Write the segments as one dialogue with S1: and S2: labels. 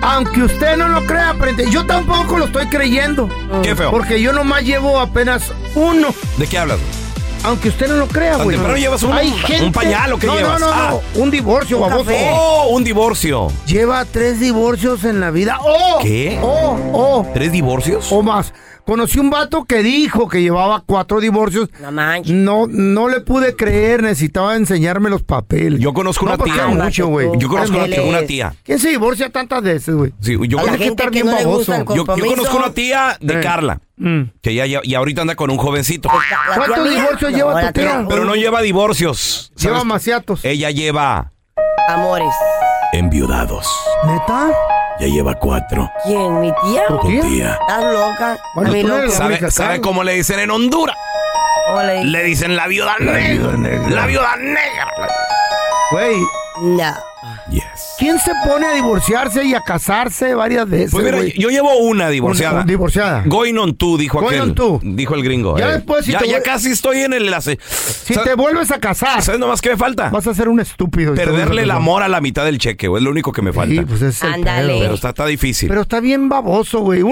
S1: Aunque usted no lo crea, aprende. Yo tampoco lo estoy creyendo.
S2: Ah. Qué feo.
S1: Porque yo nomás llevo apenas uno.
S2: ¿De qué hablas?
S1: Aunque usted no lo crea,
S2: Tan
S1: güey.
S2: temprano llevas un-
S1: Hay
S2: un
S1: gente-
S2: pañal, ¿o qué
S1: no,
S2: llevas?
S1: No, no,
S2: Ah.
S1: no. Un divorcio,
S3: Un
S1: baboso.
S3: café.
S2: ¡Oh! Un divorcio.
S1: Lleva tres divorcios en la vida. ¡Oh!
S2: ¿Qué?
S1: ¡Oh! ¡Oh!
S2: ¿Tres divorcios?
S1: O más. Conocí un vato que dijo que llevaba cuatro divorcios.
S3: No manches.
S1: No, no le pude creer, necesitaba enseñarme los papeles.
S4: Yo conozco
S1: No,
S4: una
S1: porque
S4: tía.
S1: era mucho, güey.
S4: Yo conozco una tía, una tía.
S1: ¿Quién se divorcia tantas veces, güey?
S4: Sí, yo,
S3: A
S4: yo,
S3: la
S1: Hay que
S3: gente
S1: estar
S3: que
S1: bien
S3: no le
S1: baboso.
S3: gusta el
S4: yo
S3: compromiso.
S4: conozco una tía de
S1: Eh.
S4: Carla,
S2: Mm.
S4: que ya, ya, y ahorita anda con un jovencito,
S3: La tía
S1: ¿Cuántos
S3: mía?
S1: divorcios
S3: No,
S1: lleva
S3: la
S1: tu tía?
S4: pero no lleva divorcios.
S1: Lleva
S4: ¿Sabes?
S1: maciatos.
S4: Ella lleva
S3: Amores.
S4: enviudados.
S1: ¿Neta?
S4: Ya lleva cuatro.
S3: ¿Quién? ¿Mi tía?
S1: ¿Tu tía?
S4: Tía.
S3: ¿Estás loca?
S1: Bueno,
S3: A mí
S1: tú no
S3: loca.
S1: eres-
S4: ¿Sabe,
S1: Mónica
S4: sabe
S1: Carla.
S4: cómo le dicen en Honduras?
S3: Ole.
S4: Le dicen la viuda negra. La viuda negra.
S1: Güey,
S3: No.
S4: Yes.
S1: ¿quién se pone a divorciarse y a casarse varias veces,
S4: Pues mira,
S1: güey?
S4: yo llevo una
S1: Una-
S4: divorciada.
S1: una divorciada.
S4: Going on tú, dijo
S1: Going
S4: aquel.
S1: on two.
S4: Dijo el gringo.
S1: Ya
S4: eh.
S1: después, si
S4: ya,
S1: te
S4: ya
S1: vuel-
S4: casi estoy en el enlace.
S1: Si
S4: Sa-
S1: te vuelves a casar,
S4: ¿Sabes nomás qué me falta?
S1: vas a ser un estúpido. y te vuelves
S4: Perderle
S1: a
S4: el
S1: casar.
S4: amor a la mitad del cheque, güey, es lo único que me falta.
S1: Sí, pues es el
S3: Ándale.
S1: pedo.
S4: Pero está, está difícil.
S1: Pero está bien baboso, güey.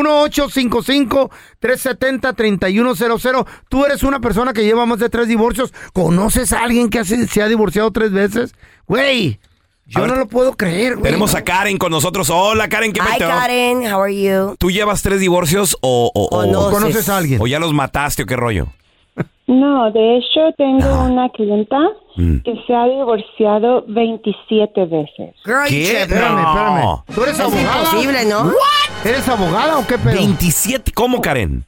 S1: 1-855-370-3100. Tú eres una persona que lleva más de tres divorcios. ¿Conoces a alguien que ha se se ha divorciado tres veces? Güey, yo
S4: A ver,
S1: no lo puedo creer, güey.
S4: Tenemos a Karen con nosotros. Hola, Karen, ¿qué
S3: Hi,
S4: me
S3: Karen. How are you?
S4: ¿Tú llevas tres divorcios o, o,
S3: O
S4: o-
S3: no.
S1: ¿Conoces a alguien?
S4: o ya los mataste o qué rollo?
S5: No, de hecho tengo una clienta que se ha divorciado 27 veces.
S3: Girl, you
S4: ¿Qué?
S3: tripping.
S1: Espérame,
S4: No.
S1: espérame. ¿Tú eres
S3: Es
S1: abogada?
S3: imposible, ¿no?
S1: ¿Eres abogada o qué pedo?
S4: 27. ¿Cómo, Karen?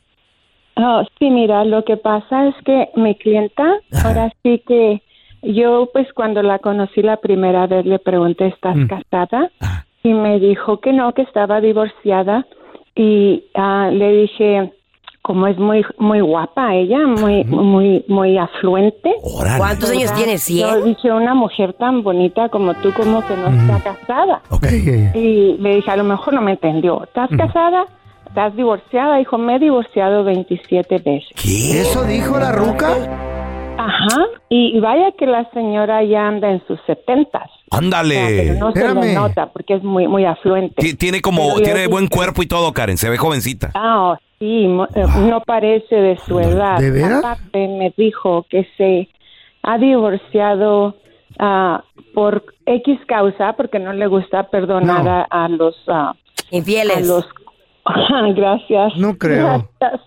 S5: Oh, sí, mira, lo que pasa es que mi clienta, ahora sí que yo pues cuando la conocí la primera vez le pregunté, ¿estás
S4: Mm.
S5: casada? Y me dijo que no, que estaba divorciada. Y ah, le dije, como es muy muy guapa ella, muy muy muy afluente.
S4: Órale.
S3: ¿Cuántos años tienes?
S5: Yo
S3: ¿Cien?
S5: dije, una mujer tan bonita como tú, como que no está casada.
S4: Ok.
S1: Ey, ey.
S5: Y le dije, a lo mejor no me entendió. ¿Estás casada? ¿Estás divorciada? Dijo, me he divorciado 27 veces.
S4: ¿Qué?
S1: ¿Eso dijo la ruca?
S5: Ajá. Y y vaya que la señora ya anda en sus setentas.
S4: Ándale.
S5: Pero no se
S1: espérame.
S5: le nota porque es muy, muy afluente.
S4: Ti- Tiene como,
S5: Pero le
S4: tiene
S5: dije,
S4: buen cuerpo y todo, Karen. Se ve jovencita.
S5: Ah, oh, sí, mo- eh, no parece de su edad.
S1: Ah. ¿De veras?
S5: Aparte me dijo que se ha divorciado ah, por X causa, porque no le gusta perdonar
S1: No.
S5: a, a los ah,
S3: Infieles.
S5: a los... Gracias.
S1: No creo.
S5: Gracias.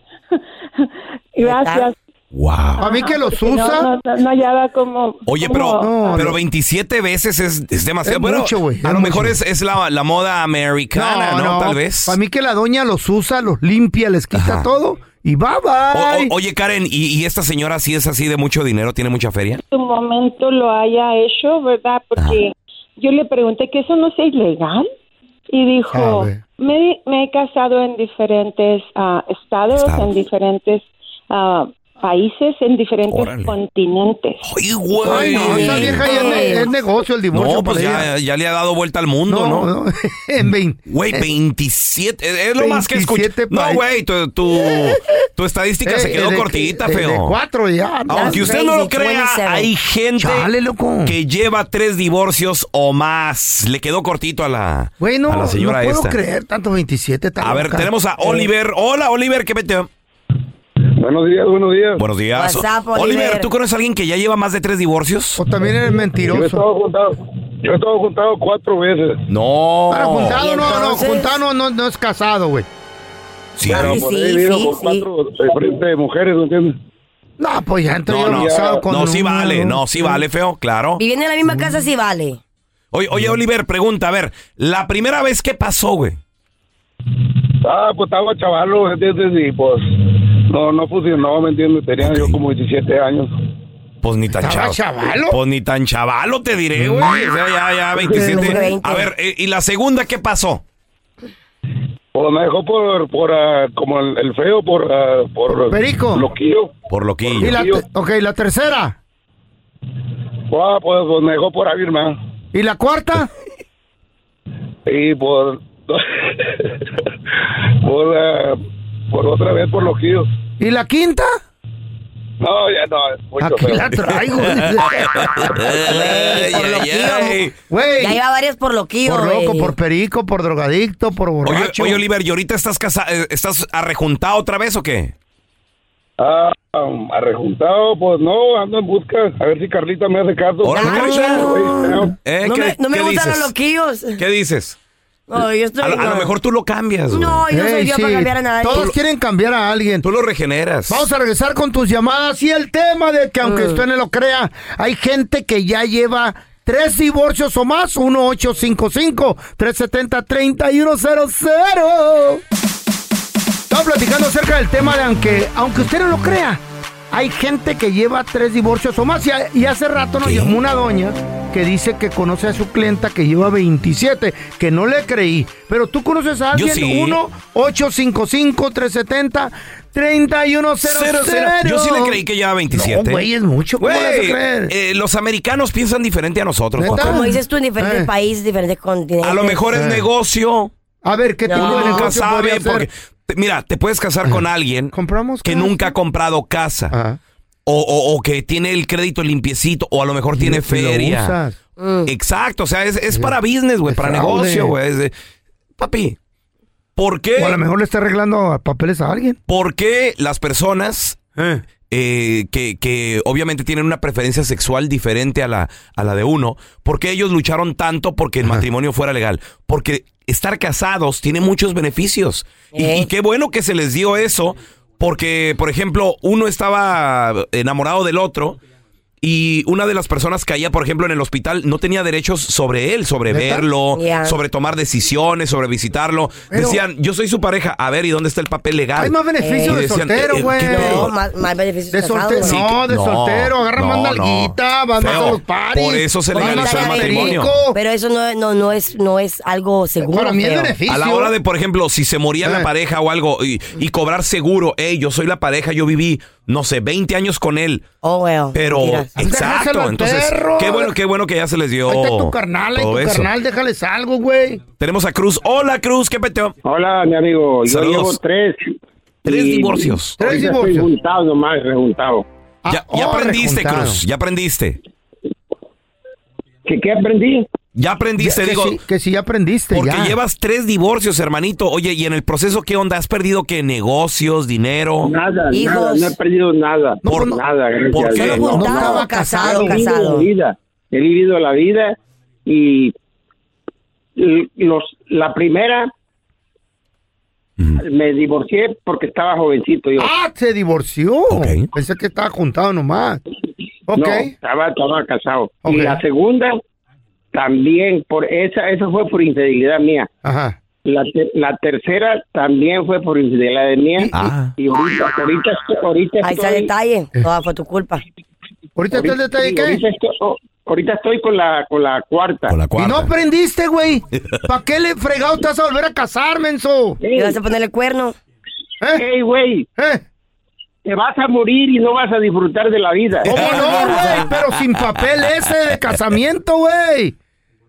S5: Gracias.
S2: Wow.
S1: A mí que los
S5: No,
S1: usa.
S5: no, no, no, ya va como...
S4: Oye,
S5: como-
S4: pero,
S1: No,
S4: pero
S1: no.
S4: 27 veces es, es demasiado.
S1: Es
S4: bueno,
S1: mucho, güey,
S4: a
S1: es
S4: lo mejor
S1: mucho.
S4: es, es la, la moda americana, ¿no? Tal vez.
S1: Para mí que la doña los usa, los limpia, les quita
S4: Ajá.
S1: todo y bye
S4: O- o-
S1: bye.
S4: oye, Karen, ¿y, y esta señora sí es así de mucho dinero? ¿Tiene mucha feria?
S5: su momento lo haya hecho, ¿verdad? Porque yo le pregunté que eso no sea ilegal y dijo,
S1: Sabe.
S5: me, me he casado en diferentes ah, estados,
S4: Estados.
S5: en diferentes ah, países, en diferentes
S4: Órale.
S5: continentes.
S4: ¡Ay, Oh,
S1: Ay,
S4: güey!
S1: no, esa vieja ya es, ne- es negocio el divorcio.
S4: No, pues
S1: para
S4: ya,
S1: ella.
S4: ya le ha dado vuelta al mundo, ¿no?
S1: No, no. en vein.
S4: Güey, 27, es es lo más que escuché.
S1: 27
S4: No,
S1: países.
S4: güey, tu, tu, Oh, tu estadística se
S1: Eh,
S4: quedó
S1: de-
S4: cortita,
S1: de- De
S4: feo.
S1: cuatro ya. no.
S4: Aunque usted
S3: That's
S4: no lo
S3: crazy,
S4: crea,
S3: 27.
S4: hay gente
S1: Chale, loco.
S4: que lleva tres divorcios o más. Le quedó cortito a la,
S1: Güey, no,
S4: a la
S1: no
S4: señora
S1: puedo
S4: esta.
S1: creer tanto 27. está
S4: A ver,
S1: loca. Eh.
S4: tenemos a Oliver. Hola, Oliver, ¿qué mete?
S6: Buenos días, buenos días.
S4: Buenos días.
S3: What's up, Oliver?
S4: ¿tú conoces a alguien que ya lleva más de tres divorcios?
S1: O también eres
S6: Yo he
S1: mentiroso.
S6: estado juntado, yo he estado juntado cuatro veces.
S4: No.
S1: Para juntado,
S3: ¿Y
S1: no, no,
S3: entonces?
S1: juntado no, no, no es casado, güey.
S4: Sí.
S6: Pero
S3: Ay,
S6: pues
S3: sí,
S6: he vivido
S3: sí,
S6: con
S3: sí.
S6: cuatro diferentes mujeres, ¿me entiendes?
S1: No, pues ya entré
S4: No,
S1: yo
S4: no.
S1: casado con
S4: No, sí
S1: una,
S4: vale,
S1: dos,
S4: no, sí vale, feo, claro.
S3: Viviendo en la misma casa sí vale.
S4: Oye, oye, Oliver, pregunta, a ver, la primera vez que pasó, güey.
S6: Ah, pues estaba chavalo, ¿me entiendes? Y pues no, no funcionó, ¿me entiendes? Tenía yo como 17 años.
S4: Pues ni tan
S1: ¿Estaba
S4: chaval.
S1: chavalo? Mm.
S4: Pues ni tan chavalo te diré, güey. O sea, ya, ya, 27.
S3: 20.
S4: A ver, eh, ¿y la segunda qué pasó?
S6: Pues me dejó por, por ah, como el, el feo, por, ah, por
S1: Perico.
S6: loquillo.
S4: Por lo que
S1: Y la,
S6: Yo.
S1: te- ok, la tercera.
S6: Ah, pues, pues me dejó por Avirma.
S1: ¿Y la cuarta?
S6: Y por. por, ah, por otra vez por loquillo.
S1: ¿Y la quinta?
S6: No, ya no, es mucho
S1: Aquí
S6: feo.
S1: la traigo.
S4: Ay,
S3: Por
S4: ay,
S3: loquillo.
S4: ay.
S1: Güey,
S3: Ya lleva varias por loquillo,
S1: por loco,
S3: güey.
S1: por perico, por drogadicto, por
S4: Oye,
S1: borracho.
S4: oye, Oliver, ¿y ahorita estás casa eh, estás arrejuntado otra vez o qué?
S6: Ah, um, arrejuntado, pues no, ando en busca. A ver si Carlita me hace caso.
S4: Órale,
S6: Ah,
S4: Carlita.
S6: güey,
S4: Eh,
S3: no
S4: ¿qué-
S3: me, no me
S4: qué
S3: gustan
S4: dices?
S3: los loquillos.
S4: ¿Qué dices?
S3: No, yo estoy-
S4: A, lo- a lo mejor tú lo cambias. güey.
S3: No, yo no soy
S1: Ey,
S3: yo
S1: sí,
S3: para cambiar a nadie.
S1: Todos quieren cambiar a alguien.
S4: Tú lo regeneras.
S1: Vamos a regresar con tus llamadas y el tema de que aunque usted no lo crea, hay gente que ya lleva tres divorcios o más. 1-855-370-3100. Estamos platicando acerca del tema de aunque, aunque usted no lo crea, hay gente que lleva tres divorcios o más. Y, a- y hace rato nos llamó una doña que dice que conoce a su clienta que lleva 27, que no le creí. Pero tú conoces a
S4: Yo
S1: alguien,
S4: sí.
S1: 1-855-370-3100.
S4: Cero, cero. Yo sí le creí que lleva 27.
S1: No, güey, es mucho. ¿Cómo le vas a
S4: Güey,
S1: creer?
S4: eh, los americanos piensan diferente a nosotros.
S1: ¿Neta?
S4: papá.
S3: Como dices tú, en diferentes
S1: Eh.
S3: países, diferentes continentes.
S4: A lo mejor es
S1: Eh.
S4: negocio.
S1: A ver, ¿qué
S3: No.
S1: tipo de
S4: Uno nunca
S1: negocio podría
S4: sabe
S1: hacer?
S4: porque te- mira, te puedes casar con alguien
S1: ¿Compramos
S4: que
S1: casa?
S4: nunca ha comprado casa
S1: Ajá.
S4: o, o- o que tiene el crédito limpiecito o a lo mejor tiene
S1: lo
S4: feria.
S1: usas.
S6: Mm.
S4: Exacto, o sea, es, es para business, güey,
S1: Es
S4: para
S1: fraude.
S4: negocio, güey. es de- Papi, ¿por
S1: O a lo
S4: qué,
S1: mejor le está arreglando papeles a alguien.
S4: por qué las personas eh, que, que obviamente tienen una preferencia sexual diferente a la, a la de uno, porque ellos lucharon tanto porque el matrimonio fuera legal. Porque estar casados tiene muchos beneficios. Y-
S3: Eh.
S4: Y, qué bueno que se les dio eso, porque, por ejemplo, uno estaba enamorado del otro. Y una de las personas caía, por ejemplo, en el hospital, no tenía derechos sobre él, sobre verlo,
S3: Ya.
S4: sobre tomar decisiones, sobre visitarlo.
S1: Pero-
S4: Decían, yo soy su pareja, a ver, ¿y dónde está el papel legal?
S1: Hay más beneficios
S4: Y
S1: de
S4: decían,
S1: soltero,
S4: "Eh, ¿qué
S1: güey.
S4: pedo?
S3: No, más, más beneficios
S1: De
S3: casados,
S1: soltero,
S3: güey.
S1: no, de
S4: no,
S1: soltero, agarra más
S4: no,
S1: nalguita,
S4: no.
S1: van más
S4: Feo.
S1: a los paris.
S4: Por eso se
S1: van
S3: legalizó
S1: más
S3: el
S1: al
S3: matrimonio.
S1: perico.
S3: Pero eso no, no, no, es, no es algo seguro.
S1: Para mí es
S3: feo.
S1: beneficio.
S4: A la hora de, por ejemplo, si se moría
S1: Eh.
S4: la pareja o algo y, y cobrar seguro, hey, yo soy la pareja, yo viví, no sé, 20 años con él,
S3: Oh, well.
S4: pero
S3: mentiras.
S1: Déjaselo
S4: exacto,
S1: al
S4: entonces,
S1: perro.
S4: qué bueno, qué bueno que ya se les dio.
S1: Ahí está tu carnal, ahí
S4: todo
S1: tu
S4: eso.
S1: carnal, déjales algo, güey.
S4: Tenemos a Cruz. Hola, Cruz, ¿qué peteo?
S6: Hola, mi amigo. Yo
S4: Saludos.
S6: llevo tres.
S4: Tres
S6: Y-
S4: divorcios.
S1: Tres
S6: ahorita
S1: divorcios.
S6: Estoy juntado nomás, rejuntado.
S1: Ah,
S4: Ya, ya
S1: oh,
S4: aprendiste,
S1: rejuntado.
S4: Cruz, ya aprendiste.
S6: ¿Qué, ¿Qué aprendí?
S4: Ya aprendiste,
S1: Ya, que,
S4: digo,
S1: sí, que sí, ya aprendiste,
S4: porque
S1: ya.
S4: llevas tres divorcios, hermanito. Oye, ¿y en el proceso qué onda? ¿Has perdido qué? ¿Negocios, dinero?
S6: Nada,
S3: Hijos.
S6: nada, no he perdido nada.
S4: No,
S6: por
S4: no.
S6: nada, gracias
S4: ¿Por
S6: a
S4: qué?
S6: Dios.
S3: ¿Solo
S1: No, no
S3: juntado
S1: estaba
S3: o
S1: casado.
S3: casado?
S6: He vivido
S3: Casado.
S6: la vida. He vivido la vida y l- los, la primera
S7: Me divorcié porque estaba jovencito yo.
S1: ¡Ah! ¿Se divorció? Pensé que estaba juntado nomás. Ok.
S7: No, estaba, estaba casado.
S1: Ok.
S7: Y la segunda, también, por esa, esa fue por infidelidad mía.
S1: Ajá.
S7: La, te- la tercera también fue por infidelidad de mía.
S3: Ah.
S7: Y ahorita, ahorita, ahorita
S3: Ahí está el
S7: estoy-
S3: detalle. Toda fue tu culpa.
S1: ¿Ahorita
S7: está el detalle qué? Ahorita estoy, oh, ahorita estoy con la, con la cuarta. Con la
S1: Y no aprendiste, güey. ¿Para qué le fregado te vas a volver a casar, menso? ¿Eh?
S7: Y vas a ponerle
S3: cuerno.
S7: Ey, güey. Te vas a morir y no vas a disfrutar de la vida.
S1: ¿Cómo no, güey? Pero sin papel ese de casamiento, güey.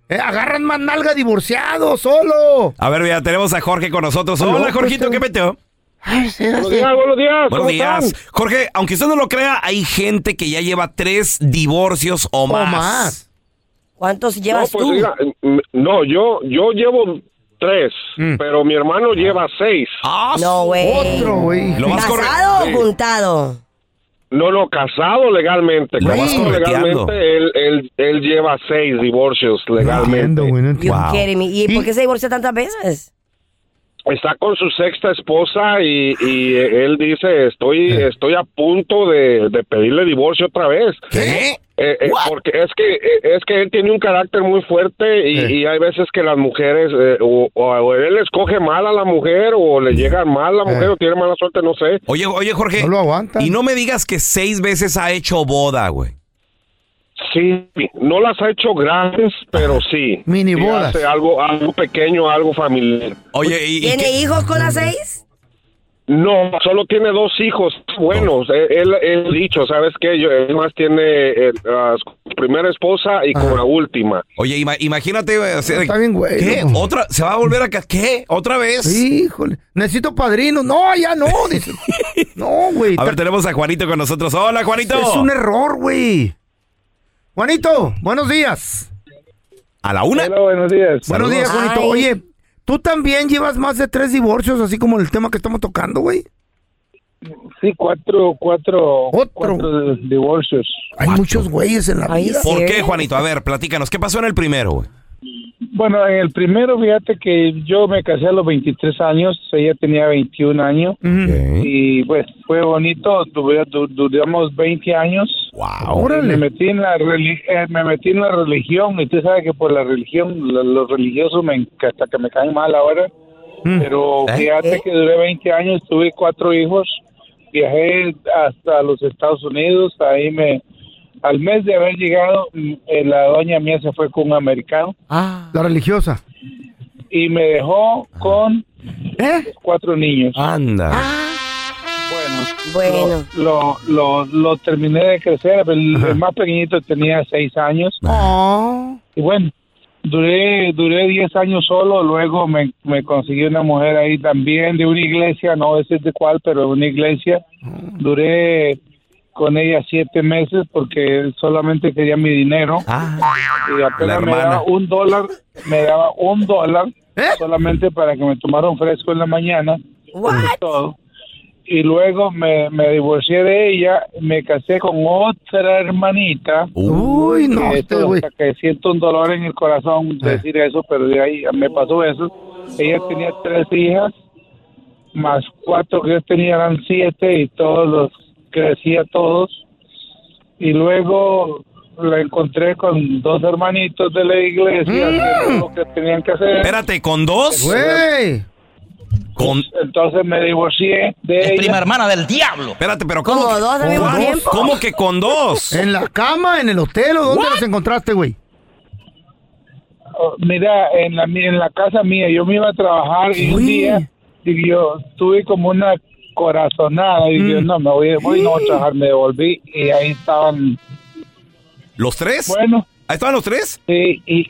S1: Eh, agarran más nalga divorciado, solo.
S4: A ver, ya tenemos a Jorge con nosotros. Hola, Jorgito, ¿qué peteo?
S1: Buenos
S7: días, buenos días.
S4: Buenos días. Jorge, aunque usted no lo crea, hay gente que ya lleva tres divorcios o más.
S3: ¿Cuántos llevas
S8: no, pues,
S3: tú?
S8: mira, m- no, yo, yo llevo tres,
S4: Mm.
S8: pero mi hermano lleva seis.
S4: Ah,
S3: no, güey. Otro,
S1: güey.
S8: Lo vas corre-
S3: ¿Casado
S8: Sí.
S3: o juntado?
S8: No, no, casado legalmente.
S3: Lo vas
S8: casado
S3: correteando.
S8: legalmente, él, él, él lleva seis divorcios legalmente.
S3: You
S4: Ah.
S3: kidding me. ¿Y, por qué se divorció tantas veces?
S8: Está con su sexta esposa y, y él dice, estoy, estoy a punto de, de pedirle divorcio otra vez. Eh,
S4: ¿Qué?
S8: porque es que eh, es que él tiene un carácter muy fuerte y, y hay veces que las mujeres eh, o, o- o él escoge mal a la mujer o le llega mal a la mujer o tiene mala suerte no sé
S4: Oye, oye, Jorge.
S8: No lo aguanta.
S4: Y no me digas que seis veces ha hecho boda, güey.
S8: sí no las ha hecho grandes pero sí
S1: mini
S3: bodas.
S8: hace algo algo pequeño algo familiar
S4: oye
S3: ¿Tiene hijos con las seis?
S8: No, solo tiene dos hijos buenos. Eh, Él, él dicho, ¿sabes qué? Yo, él más tiene eh, a su primera esposa y con la última.
S4: Oye, ima- imagínate. güey, o sea,
S8: Está bien, güey,
S4: ¿Qué?
S8: loco.
S4: ¿Otra? ¿Se va a volver a ca- ¿Qué? ¿Otra vez?
S1: Híjole. Necesito padrino. No, ya no. dice. No, güey.
S4: A ver, tenemos a Juanito con nosotros. Hola, Juanito.
S1: Es un error, güey. Juanito, buenos días.
S4: A la una.
S9: buenos días.
S1: Buenos días, Juanito. Oye, ¿tú también llevas más de tres divorcios, así como el tema que estamos tocando, güey?
S9: Sí, cuatro, cuatro, cuatro divorcios.
S1: Hay muchos güeyes en la vida.
S4: ¿Por
S3: ¿eh?
S4: qué, Juanito? A ver, platícanos. ¿Qué pasó en el primero, güey?
S9: Bueno, en el primero, fíjate que yo me casé a los 23 años, ella tenía 21 años. Y pues fue bonito, tuve- du- duramos 20 años. Me metí en la reli- eh, me metí en la religión y tú sabes que por la religión lo- los religiosos me enc- hasta que me caen mal ahora. Pero
S10: ¿Eh?
S9: fíjate que duré 20 años, tuve cuatro hijos, viajé hasta los Estados Unidos, ahí me al mes de haber llegado mm, eh, la doña mía se fue con un americano
S1: Ah. La religiosa.
S9: y me dejó con cuatro niños.
S4: Anda.
S3: Bueno.
S9: Lo, lo, lo terminé de crecer. El, el más pequeñito tenía seis años. Y bueno, duré duré diez años solo. Luego me, me conseguí una mujer ahí también de una iglesia. No sé de cuál, pero de una iglesia. Duré con ella siete meses porque solamente quería mi dinero. y
S4: Ah. la
S9: apenas me
S4: hermana. ¿Eh?
S9: daba un dólar, me daba un dólar solamente para que me tomara un fresco en la mañana. Y todo. Y luego me, me divorcié de ella, me casé con otra hermanita.
S1: Uy, no, este
S9: Que esto,
S1: güey. Eh.
S9: o sea, que siento un dolor en el corazón decir eso, pero de ahí me pasó eso. Ella tenía tres hijas, más cuatro que yo tenía eran siete y todos los crecí a todos. Y luego la encontré con dos hermanitos de la
S1: Mm.
S9: iglesia haciendo lo que tenían que hacer.
S4: Espérate, ¿con dos?
S1: Güey.
S4: Con...
S9: Entonces me divorcié de
S4: Es
S9: ella.
S4: prima hermana del diablo. Espérate, pero ¿cómo?
S9: Como
S4: que-
S9: dos al mismo
S4: ¿Cómo?
S9: tiempo.
S4: ¿Cómo que con dos?
S1: ¿En la cama, en el hotel o dónde los encontraste, güey?
S9: Oh, Mira, en la, mi- en la casa mía, yo me iba a trabajar y un día y yo tuve como una corazonada y yo no me voy, voy no voy a trabajar, me devolví y ahí estaban.
S4: ¿Los tres?
S9: Bueno.
S4: ¿Ahí estaban los tres?
S9: Sí, y,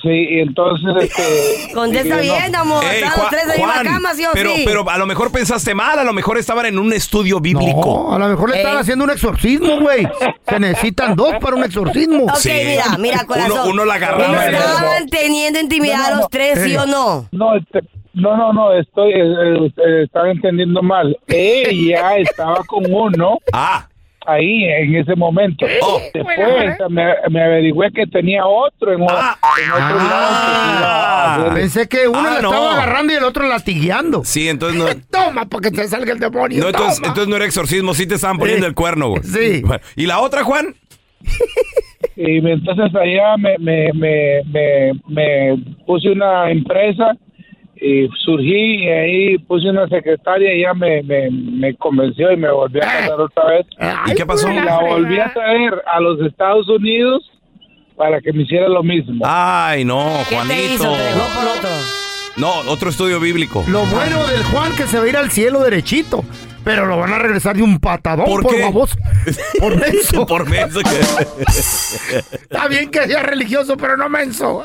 S9: sí, y entonces... Este,
S3: Contesta
S9: dije, no.
S3: bien, amor.
S4: Ey,
S3: Están los
S4: Juan-
S3: tres en la misma
S4: Juan,
S3: cama, sí o
S4: pero,
S3: sí.
S4: pero a lo mejor pensaste mal, a lo mejor estaban en un estudio bíblico.
S1: No, a lo mejor le
S9: Eh.
S1: estaban haciendo un exorcismo, güey. Se necesitan dos para un exorcismo.
S3: Ok, mira, mira, corazón.
S4: Uno- uno la agarraba
S3: Pero
S4: en el-
S3: Estaban teniendo intimidad
S9: No, no,
S3: a los
S9: no.
S3: tres, ¿sí o no?
S9: No, este, no, no, no, estoy, eh, eh, eh, estaba entendiendo mal. Ella estaba con uno.
S4: Ah. Oh.
S9: ahí en ese momento.
S3: Eh,
S9: Después me, me averigüé que tenía otro en, o- en otro
S4: Ah.
S9: lado.
S1: Pensé que uno
S9: Ah,
S1: la
S9: no.
S1: estaba agarrando y el otro latigueando.
S3: Sí, entonces no.
S1: Toma, para que te salga el demonio.
S3: No, entonces,
S1: toma.
S3: entonces no era exorcismo, sí te estaban poniendo el cuerno, güey.
S1: Sí.
S3: Bueno, ¿Y la otra, Juan?
S9: Y me- entonces allá me, me, me, me, me puse una empresa y surgí y ahí puse una secretaria y ella me, me, me convenció y me volví a casar otra vez.
S3: Ah. ¿Y qué pasó?
S9: Y la volví a traer a los Estados Unidos para que me hiciera lo mismo.
S3: Ay, no, Juanito. No, otro estudio bíblico.
S1: Lo bueno del Juan que se va a ir al cielo derechito, pero lo van a regresar de un patadón por,
S3: ¿Por qué?
S1: baboso. Por menso.
S3: Por menso que-
S1: Está bien que sea religioso, pero no menso.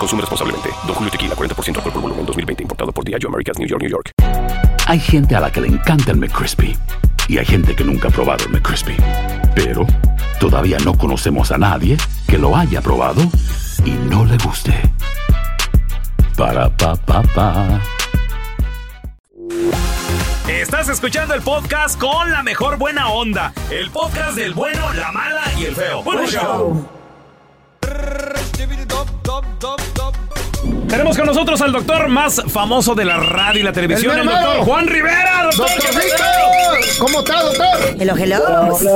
S7: Consume responsablemente. Don Julio Tequila, 40% alcohol por volumen, 2020. Importado por Diageo Americas, New York, New York.
S11: Hay gente a la que le encanta el McCrispy y hay gente que nunca ha probado el McCrispy. Pero todavía no conocemos a nadie que lo haya probado y no le guste. Para pa pa pa.
S4: Estás escuchando el podcast con la mejor buena onda. El podcast del bueno, la mala y el feo. Bueno, show. Tenemos con nosotros al doctor más famoso de la radio y la televisión, el,
S1: El mero.
S4: doctor Juan Rivera. Doctor,
S1: Doctorcito, ¿Cómo está, doctor?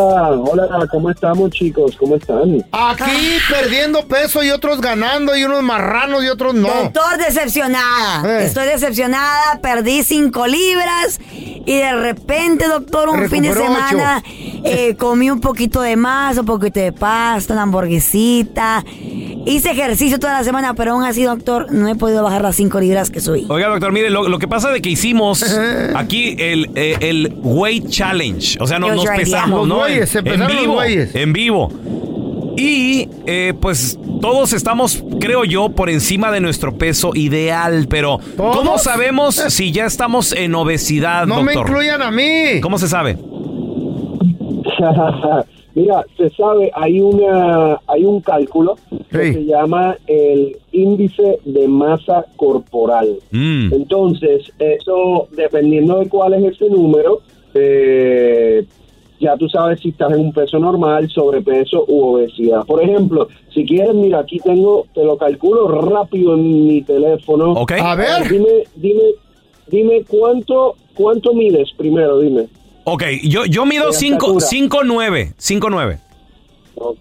S12: Hola, hola, ¿cómo estamos, chicos? ¿Cómo están?
S4: Ah.
S1: Aquí perdiendo peso y otros ganando y unos marranos y otros no.
S2: Doctor, decepcionada.
S1: Eh.
S2: Estoy decepcionada. Perdí cinco libras. Y de repente, doctor, un fin de
S1: Recuperó ocho.
S2: semana eh, comí un poquito de más, un poquito de pasta, una hamburguesita. Hice ejercicio toda la semana, pero aún así, doctor, no he podido bajar las cinco libras que subí.
S4: Oiga, doctor, mire, lo, lo que pasa de que hicimos aquí el, eh, el Weight Challenge. O sea, no-
S1: Yo
S4: nos
S1: traía.
S4: pesamos,
S1: Los
S4: ¿no?
S1: güeyes, se pesaron los
S4: vivo.
S1: güeyes.
S4: En vivo. Y eh, pues todos estamos, creo yo, por encima de nuestro peso ideal. Pero, ¿cómo
S1: ¿Todos?
S4: sabemos si ya estamos en obesidad,
S1: No me
S4: doctor?
S1: incluyan a mí.
S4: ¿Cómo se sabe?
S12: Mira, se sabe, hay una, hay un cálculo que se llama el índice de masa corporal. Entonces, eso, dependiendo de cuál es ese número, eh, ya tú sabes si estás en un peso normal, sobrepeso u obesidad. Por ejemplo, si quieres, mira, aquí tengo, te lo calculo rápido en mi teléfono. Eh,
S4: A ver.
S12: Dime, dime, dime cuánto, cuánto mides primero, dime.
S4: Ok, yo, yo
S12: De
S4: mido 5,
S12: estatura.
S4: 5'9. 5'9.
S12: Ok,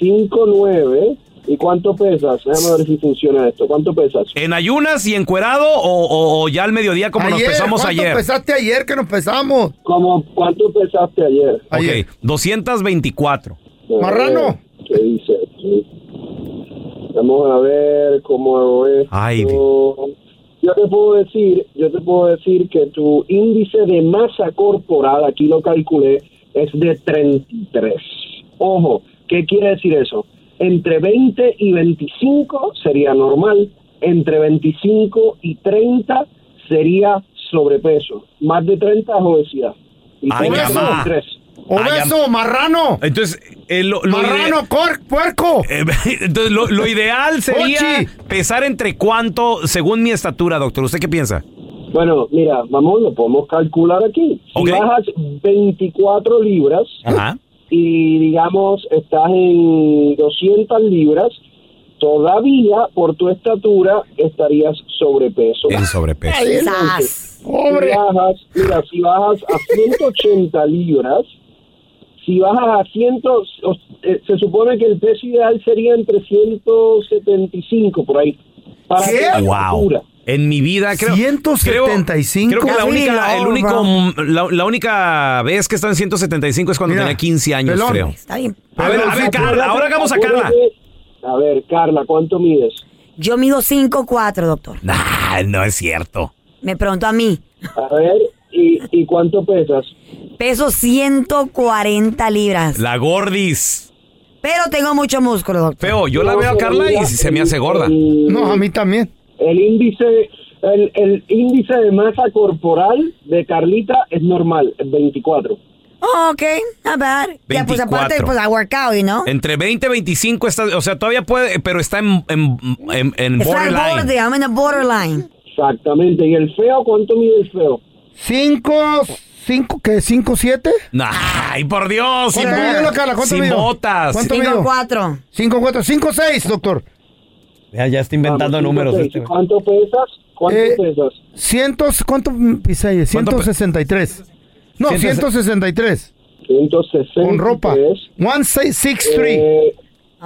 S12: 5'9". ¿Y cuánto pesas? Déjame ver si funciona esto. ¿Cuánto pesas?
S4: ¿En ayunas y encuerado o, o- o ya al mediodía como nos pesamos
S1: ¿cuánto
S4: ayer?
S1: pesaste ayer que nos pesamos?
S12: Como, ¿cuánto pesaste ayer?
S4: Ok, 224.
S1: Marrano.
S12: Eh, ¿Qué dice aquí? Vamos a ver cómo es.
S4: Ay,
S12: Yo te puedo decir, yo te puedo decir que tu índice de masa corporal, aquí lo calculé, es de 33. Ojo, ¿qué quiere decir eso? Entre 20 y 25 sería normal, entre 25 y 30 sería sobrepeso, más de 30 es obesidad. Y
S4: Ay,
S12: sobre
S4: mamá.
S12: 33.
S1: Obeso, marrano.
S4: Entonces, eh, lo, lo
S1: Marrano,
S4: ide-
S1: cor- puerco.
S4: Eh, Entonces, lo, lo ideal sería
S12: Ochi.
S4: pesar entre cuánto, según mi estatura, doctor. ¿Usted qué piensa?
S12: Bueno, mira, vamos, lo podemos calcular aquí. Si
S4: Ok.
S12: bajas 24 libras
S4: Ajá.
S12: y digamos estás en 200 libras, todavía por tu estatura estarías sobrepeso.
S4: En sobrepeso.
S12: Entonces, si bajas, mira, si bajas a 180 libras, si bajas a 100, o- eh, se supone que el precio ideal sería entre 175 por ahí. Para que-
S4: ¡Wow! En mi vida, creo.
S1: 175.
S4: Creo, creo que la
S1: Casi
S4: única,
S1: la
S4: el
S1: hora.
S4: único, mm, la, la única vez que está en 175 es cuando tenía 15 años,
S12: pelón.
S4: creo.
S2: Está bien.
S4: A ver, a ver, Carla, ahora hagamos a Carla.
S12: A ver, Carla, ¿cuánto mides?
S2: Yo mido 5'4, doctor.
S4: Nah, Ah, no es cierto.
S2: Me preguntó a mí.
S12: A ver, ¿y, y cuánto pesas?
S2: Peso 140 libras.
S4: La gordis.
S2: Pero tengo mucho músculo, doctor.
S4: Feo, yo la veo a Carla y se me hace gorda.
S1: No, a mí también.
S12: Eh, El índice, el, el índice de masa corporal de Carlita es normal, es 24.
S2: Oh, ok, not bad. Ya, pues
S4: 24.
S2: aparte, pues a workout, you know.
S4: Entre 20 y 25 está, o sea, todavía puede, pero está en, en, en, en
S2: Está al
S4: borderline.
S2: borde, I'm in the borderline.
S12: Exactamente. ¿Y el feo? ¿Cuánto mide el feo?
S1: 5, 5, ¿qué? ¿5, 7?
S4: Ay, por Dios, sin,
S1: ¿Cuánto
S4: bo-
S1: midió la Carla? ¿Cuánto
S4: sin
S1: midió?
S4: botas.
S1: ¿Cuánto midió?
S2: 4.
S1: 5, 4, 5, 6, doctor.
S13: Ya, ya está inventando números.
S1: seis.
S13: este güey.
S12: ¿Cuánto pesas? ¿Cuánto pesas?
S1: Cientos, Eh, ¿cuánto pisé? 163. No,
S12: Ciento-
S1: 163.
S12: 163.
S1: Con ropa. 1663.
S12: Eh,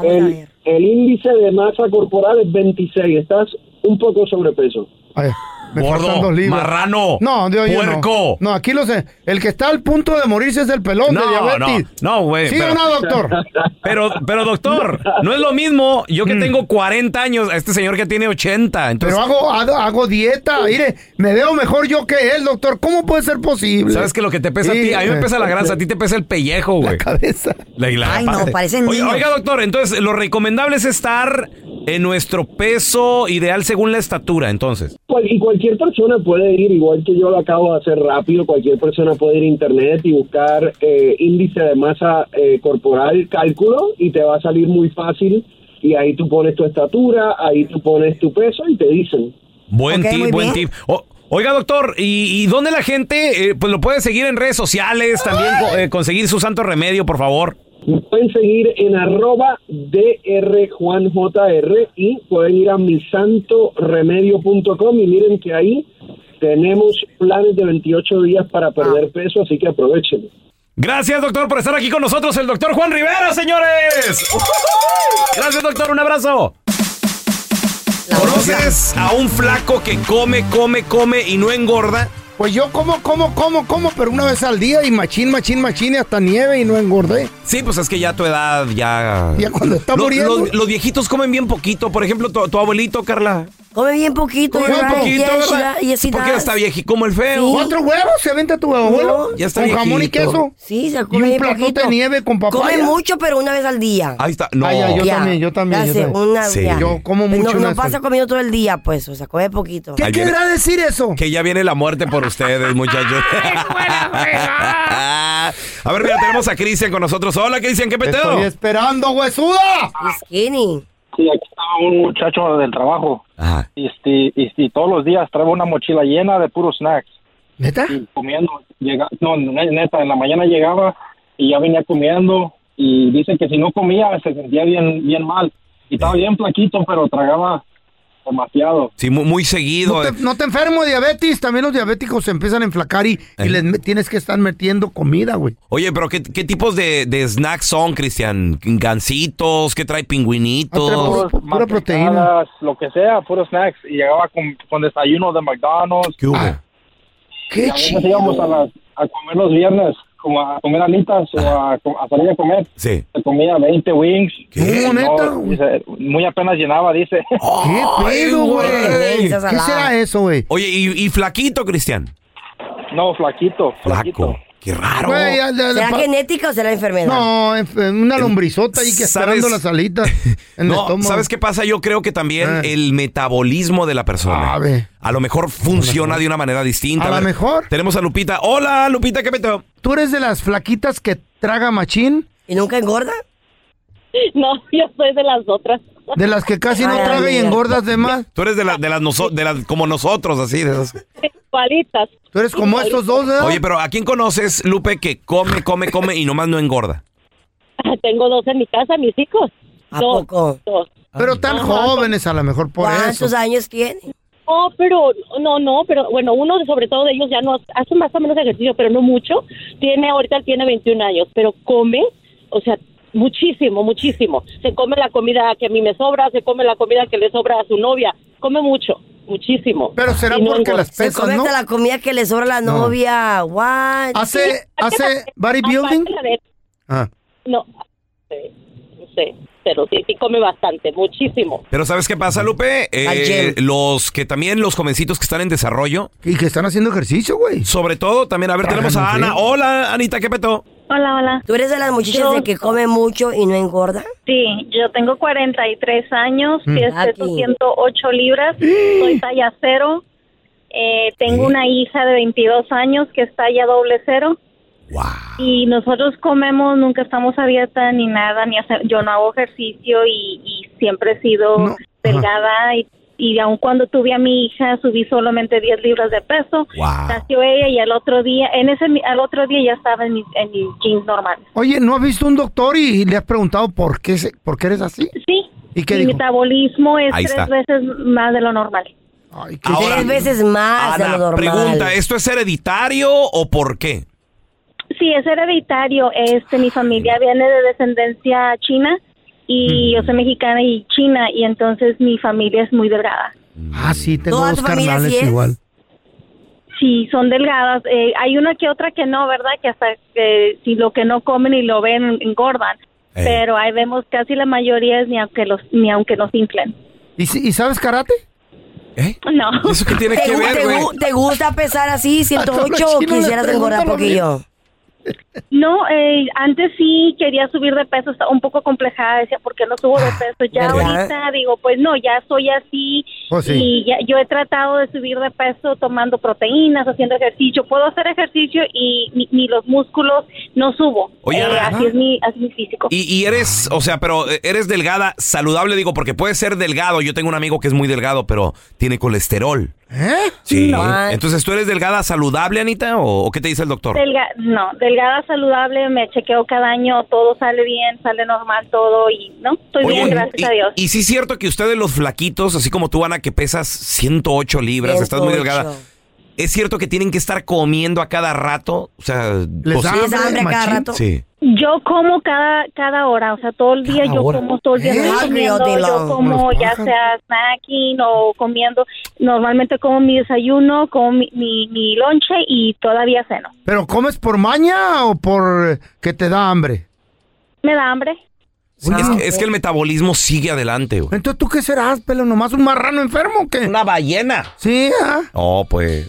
S12: el, el índice de masa corporal es 26. Estás un poco sobrepeso.
S1: Ay, me
S12: Gordo,
S1: faltan dos libras.
S12: marrano,
S1: No, Dios yo no.
S12: puerco.
S1: No, aquí lo sé. El que está al punto de morirse es el pelón de
S4: No, no,
S1: diabetes.
S4: no, güey.
S1: ¿Sí
S4: pero-
S1: o no, doctor? Mm.
S4: Pero, pero doctor, no es lo mismo yo que tengo 40 años a este señor que tiene 80. Entonces,
S1: Pero hago, hago, hago dieta. Mire, me veo mejor yo que él, doctor. ¿Cómo puede ser posible?
S4: ¿sabes que lo que te pesa a ti? A mí me pesa la grasa, a ti te pesa el pellejo, güey. La
S1: cabeza.
S2: Ay, no, parecen
S4: Oiga,
S2: niños.
S4: oiga, doctor, entonces lo recomendable es estar en nuestro peso ideal según la estatura, entonces.
S12: Cual- Pues, y cualquier persona puede ir, igual que yo lo acabo de hacer rápido, cualquier persona puede ir a internet y buscar eh, índice de masa eh, corporal, cálculo, y te va a salir muy fácil. Y ahí tú pones tu estatura, ahí tú pones tu peso y te dicen.
S4: Buen
S12: Ok, muy
S4: tip, buen
S12: bien.
S4: tip. O- oiga, doctor, ¿y, y dónde la gente eh, pues lo puede seguir en redes sociales? También co- eh, conseguir su santo remedio, por favor.
S12: Me pueden seguir en arroba drjuanjr y pueden ir a misantoremedio.com y miren que ahí tenemos planes de 28 días para perder peso, así que aprovechen.
S4: Gracias, doctor, por estar aquí con nosotros, el doctor Juan Rivera, señores. Gracias, doctor, un abrazo. ¿Conoces a un flaco que come, come, come y no engorda?
S1: Pues yo como, como, como, como, pero una vez al día y machín, machín, machín y hasta nieve y no engordé.
S4: Sí, pues es que ya a tu edad, ya.
S1: Ya cuando está
S4: Lo-
S1: muriendo.
S4: Los, los viejitos comen bien poquito. Por ejemplo, tu, tu abuelito, Carla.
S2: Come bien poquito.
S4: Come
S2: you're
S4: bien
S2: right.
S4: poquito,
S2: Yes, she
S4: ¿verdad?
S2: does. Yes, she
S4: Porque
S2: does.
S4: está viejito como el feo.
S1: ¿Cuatro huevos se avienta tu abuelo?
S4: Ya está
S1: ¿Con jamón y
S4: viejito.
S1: queso?
S2: Sí, se
S1: Y
S2: come
S1: un
S2: bien
S1: platote
S2: poquito.
S1: de nieve con papaya.
S2: Come mucho, pero una vez al día.
S4: Ahí está. No.
S1: Ay, ay, yo
S2: Ya.
S1: también, yo también.
S2: Ya
S1: Yo,
S2: sé,
S1: también.
S2: una- ya.
S1: yo como
S2: Pues
S1: mucho.
S2: No,
S1: una
S2: no
S1: vez al-
S2: pasa comiendo todo el día, pues. O sea, come poquito.
S4: ¿Qué Ahí viene. querrá
S1: decir eso?
S4: Que ya viene la muerte por ustedes, muchachos. a ver, mira, tenemos a Cristian con nosotros. Hola, Cristian, ¿qué peteo?
S1: Estoy esperando, huesuda.
S2: Skinny.
S9: Sí, aquí estaba un muchacho del trabajo. Y, este, y, este, todos los días trae una mochila llena de puros snacks.
S1: ¿Neta?
S9: Y comiendo. Llega, no, ne- neta, en la mañana llegaba y ya venía comiendo. Y dicen que si no comía se sentía bien, bien mal. Y estaba bien plaquito, pero tragaba demasiado.
S4: Sí, muy, muy seguido. eh.
S1: No te- No te enfermo de diabetes, también los diabéticos se empiezan a enflacar y, y les me- tienes que estar metiendo comida, güey.
S4: Oye, pero ¿qué, qué tipos de, de snacks son, Cristian? ¿Gancitos? ¿Qué trae
S1: Ah,
S4: pingüinitos?
S9: Puros mantecadas, Lo que sea, puros snacks. Y llegaba con, con desayuno de McDonald's. Ah.
S4: ¿Qué hubo?
S9: y a veces íbamos a, las- a comer los viernes, como a comer alitas o
S1: Ah.
S9: a, co- a salir a comer.
S4: Sí.
S9: Se comía 20 wings. No, dice, muy apenas llenaba, dice.
S1: ¿Qué pedo, güey? ¿Qué será eso, güey?
S4: Oye, ¿y, y flaquito, Cristian?
S9: No, flaquito.
S4: Flaco. Qué raro.
S1: Güey, ya- ya-
S2: ¿Será
S1: pa-
S2: genética o será enfermedad?
S1: No, en- en una lombrizota ahí que está
S4: ¿sabes?
S1: dando las alitas en el
S4: No,
S1: estómago. Ah.
S4: ¿sabes qué pasa? Yo creo que también el metabolismo de la persona. A, lo mejor funciona de una manera distinta.
S1: A lo
S4: ver,
S1: mejor.
S4: Tenemos a Lupita. Hola, Lupita, ¿qué peteo?
S1: ¿Tú eres de las flaquitas que traga machín?
S2: ¿Y nunca engorda?
S14: No, yo soy de las otras.
S1: De las que casi no
S14: Ay,
S1: traga y
S14: mira.
S1: engordas de más.
S4: Tú eres de, la- de las noso- de las como nosotros, así. de esas.
S14: Palitas.
S1: Tú eres como estos dos, ¿verdad?
S4: Oye, pero ¿a quién conoces, Lupe, que come, come, come y nomás no engorda?
S14: Tengo dos en mi casa, mis hijos.
S1: ¿A
S14: dos,
S1: poco?
S14: dos.
S1: Pero tan
S14: Ajá.
S1: jóvenes a lo mejor por eso.
S2: ¿Cuántos años tiene?
S14: No, pero, no, no, pero bueno, uno de- sobre todo de ellos ya no hace más o menos ejercicio, pero no mucho. Tiene, ahorita tiene 21 años, pero come, o sea, muchísimo, muchísimo. Se come la comida que a mí me sobra, se come la comida que le sobra a su novia, come mucho, muchísimo.
S1: Pero será
S14: Y no
S1: porque
S14: engorda.
S1: las
S3: Se come
S1: pesas, ¿no?
S3: hasta la comida que le sobra a la
S1: No.
S3: novia. What?
S14: Ah,
S1: Hace- hace bodybuilding. Ah.
S14: No, eh, no sé, pero sí, sí come bastante, muchísimo.
S4: Pero ¿sabes qué pasa, Lupe? Eh,
S14: Al gym.
S4: los que también, los jovencitos que están en desarrollo.
S1: Y que están haciendo ejercicio, güey.
S4: Sobre todo, también, a ver, tenemos a Ana. Hola, Anita, ¿qué petó?
S15: Hola, hola.
S3: ¿Tú eres de las muchachas de que come mucho y no engorda?
S15: Sí, yo tengo 43 años,
S3: Mm.
S15: peso
S3: Papi.
S15: 108 libras, soy talla cero. Eh, tengo una hija de 22 años que es talla doble cero. Y nosotros comemos, nunca estamos a dieta ni nada, ni hace- yo no hago ejercicio y, y siempre he sido delgada y, y aun cuando tuve a mi hija subí solamente 10 libras de peso. Nació ella y al otro día, en ese mi- al otro día ya estaba en mi, en mi jeans normal.
S1: Oye, ¿no has visto un doctor y, y le has preguntado por qué, se- por qué eres así?
S15: Sí.
S1: ¿Y qué
S15: Mi
S1: dijo?
S15: metabolismo es
S4: Ahí
S15: tres
S4: está.
S15: veces más de lo normal.
S4: Ahora,
S3: Tres veces más de
S4: Ana,
S3: lo normal.
S4: pregunta, ¿esto es hereditario o por qué?
S15: Sí, es hereditario. Este, mi familia viene de descendencia china y yo soy mexicana y china y entonces mi familia es muy delgada.
S1: Ah, sí, tengo
S15: ¿Toda
S1: dos
S15: tu familia
S1: carnales
S15: así es?
S1: igual.
S15: Sí, son delgadas. Eh, hay una que otra que no, ¿verdad? Que hasta que si lo que no comen y lo ven engordan. Pero ahí vemos casi la mayoría es ni aunque los ni aunque nos inflen.
S1: ¿Y, si- y sabes karate?
S15: No.
S4: ¿Eh? ¿Eso qué
S3: ¿Te, gu- te gu- te gusta pesar así,
S15: Hasta
S3: 108
S15: los
S3: o
S15: chinos les
S3: quisieras
S15: preguntan
S3: engordar
S15: lo
S3: poquillo?
S15: No, eh, antes sí quería subir de peso, estaba un poco complejada, decía, ¿por qué no subo
S3: Ah,
S15: de peso? Ya
S16: ¿Verdad?
S15: ahorita digo, pues no, ya soy así
S16: Pues sí.
S15: y ya, yo he tratado de subir de peso tomando proteínas, haciendo ejercicio, puedo hacer ejercicio y ni, ni los músculos no subo.
S4: Oye,
S15: Eh,
S4: Ana.
S15: así es mi, así es mi físico.
S4: Y, y eres, o sea, pero eh, eres delgada, saludable, digo, porque puedes ser delgado. Yo tengo un amigo que es muy delgado, pero tiene colesterol.
S1: ¿Eh?
S4: Sí.
S15: No.
S4: Entonces, ¿tú eres delgada saludable, Anita? ¿O, o qué te dice el doctor?
S15: Delga- no, delgada, saludable, me chequeo cada año, todo sale bien, sale normal todo y no, estoy
S4: Oye,
S15: bien, gracias a Dios.
S4: Y sí es cierto que ustedes los flaquitos, así como tú, Ana, que pesas 108 libras, estás muy
S15: 108.
S4: delgada. ¿Es cierto que tienen que estar comiendo a cada rato? O sea, ¿les
S15: da hambre, hambre a Pues cada machín? rato?
S4: Sí.
S15: Yo como cada cada hora, o sea, todo el día
S4: Cada
S15: yo
S4: hora.
S15: como todo el día.
S4: ¿Eh?
S15: estoy
S4: Hungry
S15: comiendo,
S4: all day long,
S15: yo
S4: como
S15: como
S4: los
S15: ya
S4: pájaros.
S15: sea snacking o comiendo. Normalmente como mi desayuno, como mi, mi, mi lonche y todavía ceno.
S1: ¿Pero comes por maña o por eh, que te da hambre?
S15: Me da hambre.
S4: Es que,
S15: pues.
S4: es que el metabolismo sigue adelante, güey.
S1: Entonces, ¿tú qué serás, pelo? ¿Nomás un marrano enfermo o qué?
S4: Una ballena.
S1: Sí, ¿ah?
S4: Oh, pues.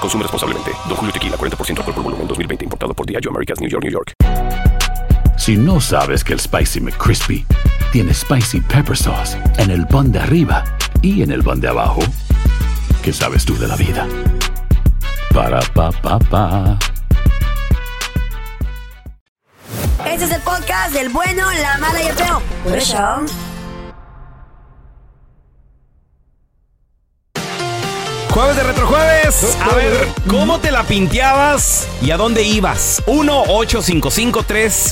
S17: Consume responsablemente. Don Julio Tequila 40% alcohol por volumen 2020 importado por Diageo Americas New York New York.
S11: Si no sabes que el Spicy McCrispy tiene spicy pepper sauce en el pan de arriba y en el pan de abajo, ¿qué sabes tú de la vida? Para pa pa pa.
S3: Este es el podcast del bueno, la mala y el feo. Por eso.
S2: Jueves de Retrojueves. A ver, ¿cómo te la pinteabas y a dónde ibas?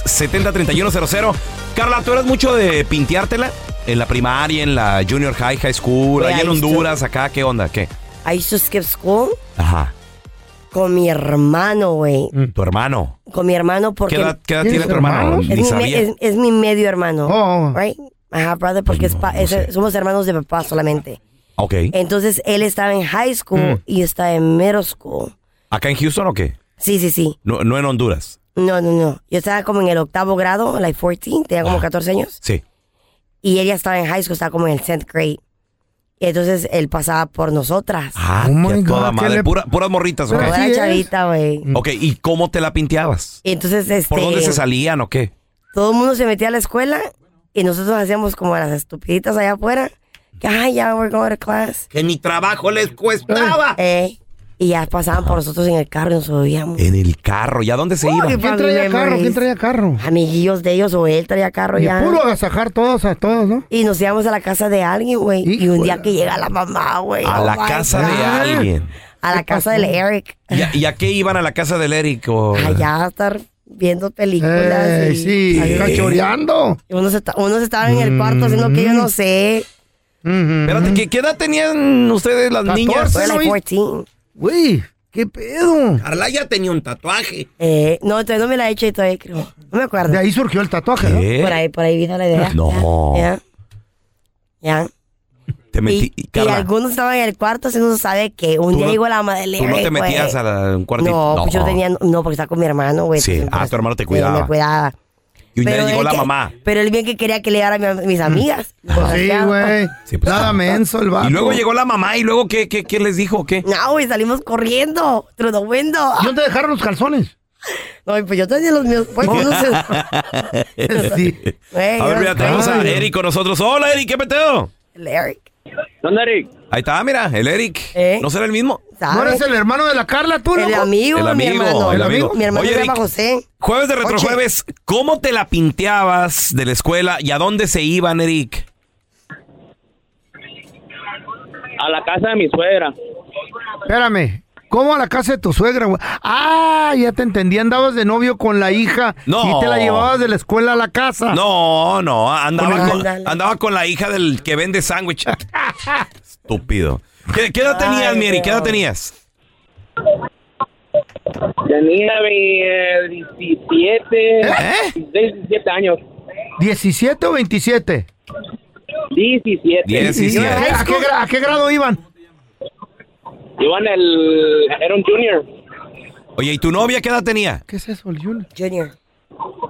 S2: 1-855-370-3100. Carla, ¿tú eras mucho de pinteártela? En la primaria, en la junior high, high school,
S3: Güey,
S2: allá en
S3: ahí estoy.
S2: Honduras, acá, ¿qué onda? ¿Qué?
S3: I used to skip school
S2: Ajá.
S3: con mi hermano, güey.
S1: Mm.
S2: Tu hermano.
S3: Con mi hermano porque...
S2: ¿Qué edad- qué edad tiene tu hermano?
S3: Es
S2: Ni
S3: mi,
S2: sabía.
S3: me- es- es mi medio hermano.
S1: Oh.
S3: Right? Ajá, brother, porque
S2: Pues
S3: es pa- es- somos hermanos de papá solamente.
S2: Ok.
S3: Entonces él estaba en high school
S2: Mm.
S3: y está en middle school.
S4: ¿Acá en Houston o qué?
S3: Sí, sí, sí.
S4: No, no en Honduras.
S3: No, no, no. Yo estaba como en el octavo grado, like 14, tenía como 14 años.
S4: Sí.
S3: Y ella estaba en high school, estaba como en el 10th grade. Y entonces él pasaba por nosotras.
S4: Ah,
S1: Oh
S4: que a toda madre. Pura- puras morritas, ¿ok?
S3: Como era chavita, güey.
S4: Ok, ¿y cómo te la pinteabas?
S3: Y entonces, este.
S4: ¿Por dónde se salían o qué?
S3: Todo el mundo se metía a la escuela y nosotros hacíamos como las estupiditas allá afuera. Que, ay, ya, we're going to class.
S4: Que mi trabajo les cuesta.
S3: Eh, y ya pasaban por nosotros en el carro y nos subíamos.
S4: En el carro, ¿y a dónde se iba?
S3: ¿Y
S1: ¿Quién traía carro? ¿Quién traía carro?
S3: Amiguillos de ellos o él traía carro
S1: Y
S3: ya.
S1: puro agasajar todos a todos, ¿no?
S3: Y nos íbamos a la casa de alguien, güey. Y un día que llega la mamá, güey.
S4: A
S3: oh
S4: la
S3: my
S4: casa
S3: God.
S4: de alguien.
S3: A la casa del Eric.
S4: ¿Y a, y a qué iban a la casa del Eric? o-
S1: Ah.
S3: Allá a estar viendo películas.
S4: Ey,
S3: y,
S4: sí,
S3: ahí-
S4: cachoreando.
S3: Y Unos, esta- unos estaban en
S1: Mm.
S3: el cuarto haciendo que yo no sé.
S1: Mm-hmm.
S4: Espérate, ¿qué, qué edad tenían ustedes las niñas?
S3: Fue like 14.
S1: Güey, ¿qué pedo?
S4: Carla ya tenía un tatuaje.
S3: Eh, no, entonces no me la he hecho y todavía creo. No me acuerdo.
S1: De ahí surgió el tatuaje, ¿no?
S4: ¿Qué?
S3: Por ahí, por ahí vino la idea.
S4: No.
S3: Ya. Ya.
S4: Te metí,
S3: Y, y
S4: Carla,
S3: algunos estaban en el cuarto haciendo sabe que un
S4: Tú
S3: día
S4: no-
S3: llegó la madre del
S4: tú no te
S3: Eric, güey.
S4: metías a un cuartito.
S3: No, pues yo tenía, no, porque estaba con mi hermano, güey.
S4: Sí, ah, tu hermano te
S3: Pero
S4: cuidaba.
S3: me cuidaba.
S4: Y un día
S3: eh, Pero
S4: llegó
S3: él
S4: la
S3: que-
S4: mamá.
S3: Pero él bien que quería que le diera a mi-
S4: Mm.
S3: mis amigas.
S1: Sí, güey. Nada menso el
S3: Ah,
S1: vato.
S4: pues, ah, Y luego llegó la mamá y luego ¿qué, qué, qué les dijo o qué?
S3: No, güey, salimos corriendo, through the window.
S1: ¿Y dónde dejaron los calzones?
S3: No, pues yo tenía los míos. Pues, no sé.
S4: Sí.
S3: Güey,
S4: A ver,
S3: yo-
S4: mira, tenemos a
S3: Ay,
S4: Eric con nosotros. Hola, Eric, ¿qué peteo?
S3: el Eric.
S4: ¿Dónde, Eric? Ahí está, mira, el Eric.
S3: ¿Eh?
S4: ¿No será el mismo?
S3: ¿Sabe?
S1: ¿No eres el hermano de la Carla, tú,
S3: El
S1: loco?
S3: amigo,
S4: El
S3: mi
S4: amigo,
S3: hermano.
S4: el amigo.
S3: Mi hermano
S4: Oye,
S3: se llama
S4: Eric.
S3: José.
S4: Jueves de Retrojueves, ¿cómo te la pinteabas de la escuela y a dónde se iban, Eric?
S18: A la casa de mi suegra.
S1: Espérame. ¿Cómo a la casa de tu suegra, güey? Ah, ya te entendí. Andabas de novio con la hija.
S4: No.
S1: Y te la llevabas de la escuela a la casa.
S4: No, no, andaba
S1: Con-
S4: con, andaba con la hija del que vende sándwich. Estúpido. ¿Qué, qué edad tenías, mi Eric? ¿Qué edad tenías?
S18: Tenía eh, 17, 16, 17 años.
S1: ¿17 o 27?
S18: 17.
S1: ¿Y ¿A, qué, gra- a qué grado iban?
S18: Yo en el... Era un junior.
S4: Oye, ¿y tu novia qué edad tenía?
S1: ¿Qué es eso, el Junior?
S3: Junior.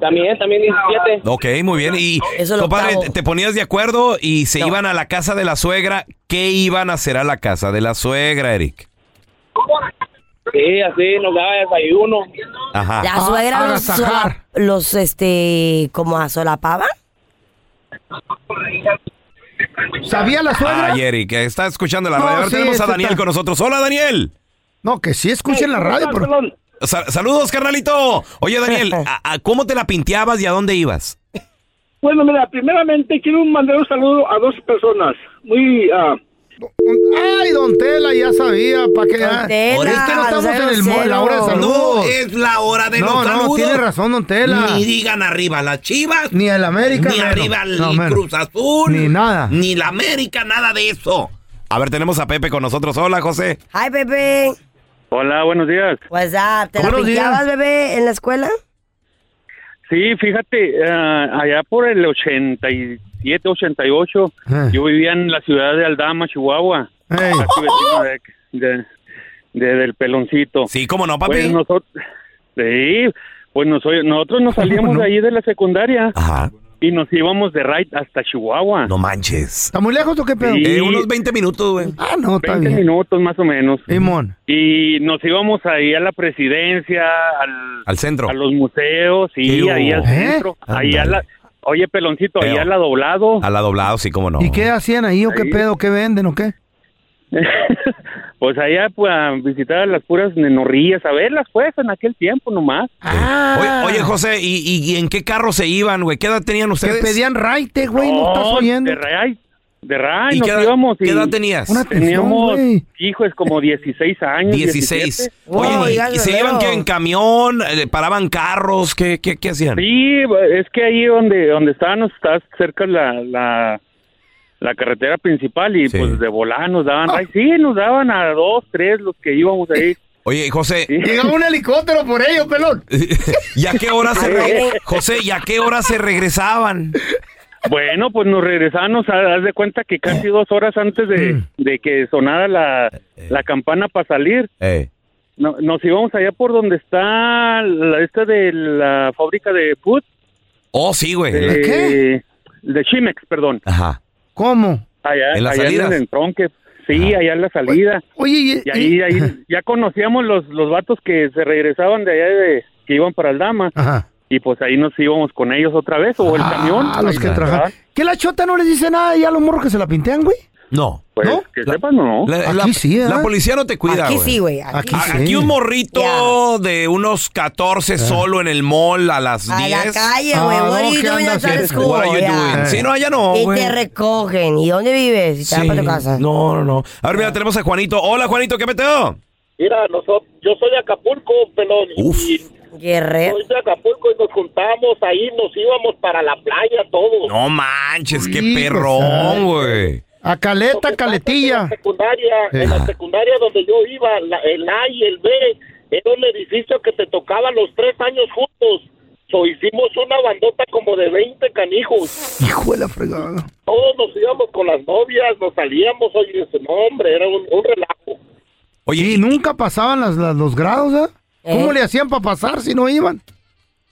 S18: También, también 17.
S4: Ok, muy bien. Y,
S18: Eso lo
S4: compadre,
S18: octavo.
S4: te ponías de acuerdo y se iban a la casa de la suegra. ¿Qué iban a hacer a la casa de la suegra, Eric?
S18: Sí, así nos daba desayuno.
S4: Ajá.
S3: La suegra los,
S18: agasajar.
S3: sola- los, este, como a solapaba.
S1: ¿Sabía la suegra?
S4: Ay, Eric, está escuchando la
S1: No,
S4: radio. Ahora
S1: sí,
S4: tenemos a
S1: este
S4: Daniel
S1: está-
S4: con nosotros. Hola, Daniel.
S1: No, que sí escuchen la radio. pero-
S4: Sa- saludos, carnalito. Oye, Daniel, ¿a- a ¿cómo te la pinteabas y a dónde ibas?
S16: Bueno, mira, primeramente quiero mandar un saludo a dos personas. Muy. ah,
S1: Ay, don Tela, ya sabía. ¿Para qué? Ahorita no estamos en el mo- la hora de saludos. no, no, tiene razón, don Tela.
S4: digan arriba las chivas.
S1: Ni el América. menos. No, menos.
S4: Azul.
S1: Ni nada.
S4: Ni la América, nada de eso. A ver, tenemos a Pepe con nosotros. Hola, José.
S3: Hi, Pepe.
S19: Hola, buenos días.
S3: What's up? Pues ¿Te la
S19: Buenos días.
S3: pinteabas, bebé, en la escuela?
S19: Sí, fíjate, ah, allá por el 87, 88,
S1: Ah.
S19: yo vivía en la ciudad de Aldama, Chihuahua. Aquí vecino de, de- de- del peloncito.
S4: Sí, cómo no, papi.
S19: Pues nosotros, sí, pues noso- nosotros nos salíamos de ahí de la secundaria y nos íbamos de ride hasta Chihuahua.
S4: No manches.
S1: ¿Está muy lejos o qué pedo?
S19: Sí. Eh, unos
S4: 20 minutos, güey.
S1: Ah, no, está
S19: 20
S1: bien.
S19: minutos más o menos.
S1: Simón.
S19: Y nos íbamos ahí a la presidencia, al,
S4: Al centro.
S19: a los museos, y
S4: ¿Qué
S19: ahí
S4: hubo?
S19: al
S4: ¿Eh?
S19: centro. Ahí a
S4: Ándale.
S19: la, oye, peloncito, ahí
S4: Pero-
S19: a la doblado.
S4: A la doblado, sí, cómo no.
S1: ¿Y qué hacían ahí o qué
S19: Ahí.
S1: pedo? ¿Qué venden o qué?
S19: Pues allá pues, a visitar a las puras nenorrillas, a verlas pues en aquel tiempo nomás.
S4: Ah,
S1: Ah.
S4: Oye, oye, José, ¿y, y, y en qué carro se iban, güey? ¿Qué edad tenían ustedes?
S1: pedían raite, güey, no estás oyendo.
S19: De ray, de ray,
S4: ¿Y
S19: nos
S4: qué edad-
S19: íbamos. y
S4: qué edad tenías? Una atención,
S19: Teníamos,
S4: güey.
S19: hijos, como 16 años.
S4: 16.
S19: 17.
S4: Oye, ¿y- ¿y se iban que en camión? Eh, ¿Paraban carros? ¿Qué, qué, qué hacían?
S19: Sí, es que ahí donde donde estábamos está cerca la, la, la carretera principal y pues de volar nos daban, ay, sí, nos daban a dos, tres los que íbamos ahí.
S4: Oye, José,
S1: Llegaba un helicóptero por ellos, pelón.
S4: ¿y a qué hora se re- José, ¿y a qué hora se regresaban?
S19: Bueno, pues nos regresamos, haz de cuenta que
S4: Mm. Eh,
S19: casi dos horas antes de, de que sonara la, la campana para salir, no, nos íbamos allá por donde está la esta de la fábrica de food.
S4: Oh, sí, güey.
S19: De,
S4: ¿Qué?
S19: De Chimex, perdón.
S4: Ajá.
S1: ¿Cómo?
S19: Allá,
S4: ¿En las
S19: allá
S4: salidas?
S19: en el entronque. Sí, allá en la salida.
S1: Oye,
S19: y ahí, ahí ya conocíamos los, los vatos que se regresaban de allá de que iban para el Dama. Y pues ahí nos íbamos con ellos otra vez o el camión.
S1: A Ah, los
S19: Ahí
S1: que
S19: está.
S1: trabajan. ¿Qué la chota no les dice nada y a los morros que se la pintean, güey?
S4: No.
S19: Pues que sepan, no.
S4: La, la-
S1: ¿eh?
S4: la policía no te cuida,
S3: Aquí sí, güey.
S4: Aquí,
S3: Aquí,
S4: aquí un morrito de unos 14 solo en el mall a las 10.
S3: A la calle, güey.
S4: Ah,
S3: What
S4: no,
S3: are you
S4: ¿qué
S3: doing
S4: andas
S3: outside
S4: haciendo?
S3: school?
S4: What are you
S3: Ya.
S4: doing? Sí, no, allá no,
S3: Y
S4: güey.
S3: te recogen. ¿Y dónde vives? Y te vas para tu casa.
S4: No, no, no. A ver, mira, tenemos a Juanito. Hola, Juanito, ¿qué meteo?
S20: Mira, nosotros, yo soy de Acapulco, pelón. Y
S3: Guerrero.
S20: Soy de Acapulco y nos juntamos ahí, nos íbamos para la playa todos.
S4: No manches, qué
S20: Sí,
S1: pues,
S4: perrón, güey.
S1: A caleta, caletilla.
S20: secundaria,
S4: Sí.
S20: en la
S4: Ajá.
S20: secundaria donde yo iba, la- el A y el B, era un edificio que te tocaba los tres años juntos. So, hicimos una bandota como de 20 canijos.
S1: Hijo de la fregada.
S20: Todos nos íbamos con las novias, nos salíamos, oye, no hombre, era un, un relajo.
S1: Oye. Y nunca pasaban las, las- los grados, ¿eh? ¿Cómo le hacían para pasar si no iban?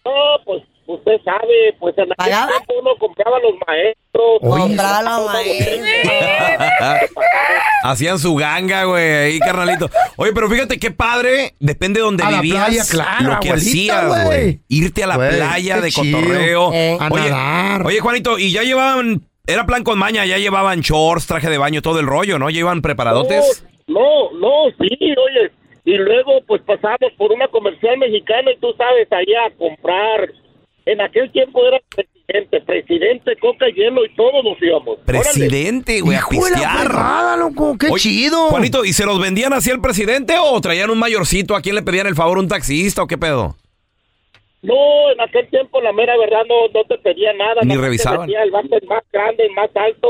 S20: No, pues usted sabe, pues en aquel tiempo uno compraba los maestros.
S4: Oye. Compraba
S20: los
S4: Hacían su ganga, güey, ahí, carnalito. Oye, pero fíjate qué padre, depende de donde
S1: A la
S4: vivías,
S1: playa, claro,
S4: lo que
S1: abuelita,
S4: hacías,
S1: güey.
S4: güey. Irte a la
S1: Güey,
S4: playa
S1: qué
S4: de
S1: chido.
S4: cotorreo.
S1: Eh. A
S4: Oye,
S1: nadar.
S4: oye, Juanito, y ya llevaban, era plan con maña, ya llevaban shorts, traje de baño, todo el rollo, ¿no? Ya iban
S20: Oh,
S4: preparadotes.
S20: No, no, sí, oye. Y luego, pues pasamos por una comercial mexicana y tú sabes, allá a comprar. En aquel tiempo era presidente, presidente, coca, hielo y todos nos íbamos.
S4: Presidente, güey, a
S20: de la
S4: pistear.
S1: loco, qué
S4: Oye,
S1: chido.
S4: Juanito, ¿y se los vendían así al presidente o traían un mayorcito? ¿A quién le pedían el favor? ¿Un taxista o qué pedo?
S20: No, en aquel tiempo la mera verdad no, no te pedía nada.
S4: Ni
S20: no te
S4: revisaban.
S20: metía el vato el más grande, el más alto.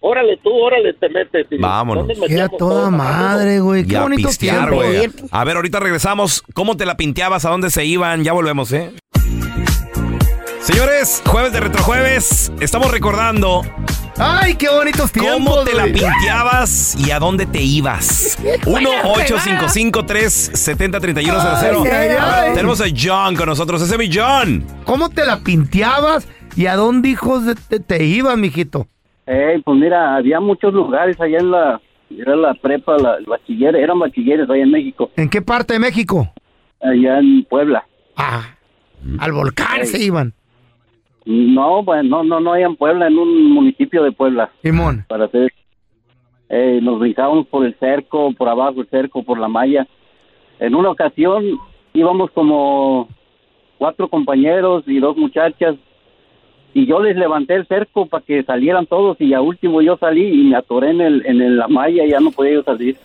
S20: Órale tú, órale te metes. Y
S4: Vámonos.
S20: ¿dónde
S1: Qué a
S20: metíamos
S1: toda
S20: todos?
S1: madre, güey.
S4: Y
S1: Qué
S4: a
S1: bonito
S4: pistear,
S1: tiempo.
S4: güey. A ver, ahorita regresamos. ¿Cómo te la pinteabas? ¿A dónde se iban? Ya volvemos, ¿eh? Señores, jueves de retrojueves, estamos recordando
S1: Ay, qué bonitos tiempos.
S4: cómo te la
S1: güey.
S4: pinteabas y a dónde te ibas. 1 855 370
S1: Ay, ay, ay.
S4: 3100 Tenemos a John con nosotros. Ese es mi John.
S1: ¿Cómo te la pinteabas y a dónde hijos de- te, te ibas, mijito?
S21: Ey, pues mira, había muchos lugares allá en la, era la prepa, la, el bachiller, eran bachilleres allá en México,
S1: ¿En qué parte de México?
S21: allá en Puebla.
S1: Ah, al volcán se iban.
S21: No, bueno, no, no, no, allá en Puebla, en un municipio de Puebla.
S1: Simón.
S21: Para hacer, Ey, nos brindábamos por el cerco, por abajo el cerco, por la malla. En una ocasión íbamos como cuatro compañeros y dos muchachas y yo les levanté el cerco para que salieran todos y a último yo salí y me atoré en, el, en el- la malla y ya no podía yo salir.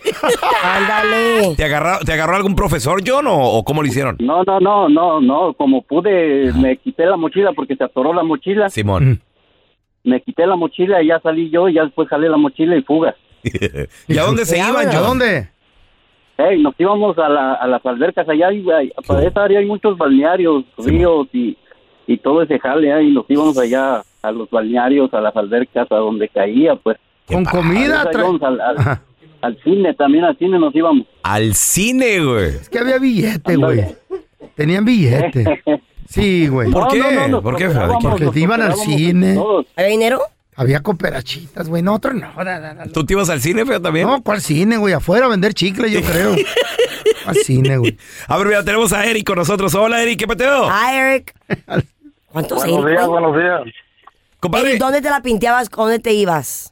S3: Ándale.
S4: ¿Te agarró, ¿Te agarró algún profesor, John, o, o cómo lo hicieron?
S21: No, no, no, no, no, como pude me quité la mochila porque se atoró la mochila.
S4: Simón.
S21: Me quité la mochila y ya salí yo y ya después jalé la mochila y fuga.
S4: ¿Y a dónde se iban,
S21: ¿A
S4: John?
S1: dónde?
S21: Ey, nos íbamos a, la- a las albercas allá, y, ay, para esa área hay muchos balnearios, ríos y, y todo ese jale, ahí nos íbamos allá a los balnearios, a las albercas, a donde caía, pues.
S1: Con comida,
S21: Ahí
S1: tra-
S21: íbamos al, al- al cine, también al cine nos íbamos.
S4: Al cine, güey.
S1: Es que había billete, güey. Tenían billete. Sí, güey.
S4: ¿Por No, qué? no, no, nos ¿Por qué, Freddy? cooperábamos,
S1: Porque
S4: nos
S1: te iban al
S4: cooperábamos
S1: cine.
S3: ¿Había dinero?
S1: Había cooperachitas, güey. No, otro no.
S4: ¿Tú te ibas al cine, feo, también?
S1: No, ¿cuál cine, güey? Afuera a vender chicle, yo creo. al cine, güey.
S4: A ver, mira, tenemos a Eric con nosotros. Hola, Eric, ¿qué peteo?
S3: Hi, Eric. ¿Cuántos Eric, pues? güey?
S21: buenos días.
S3: Eric, ¿Dónde te la pinteabas? ¿Dónde te ibas?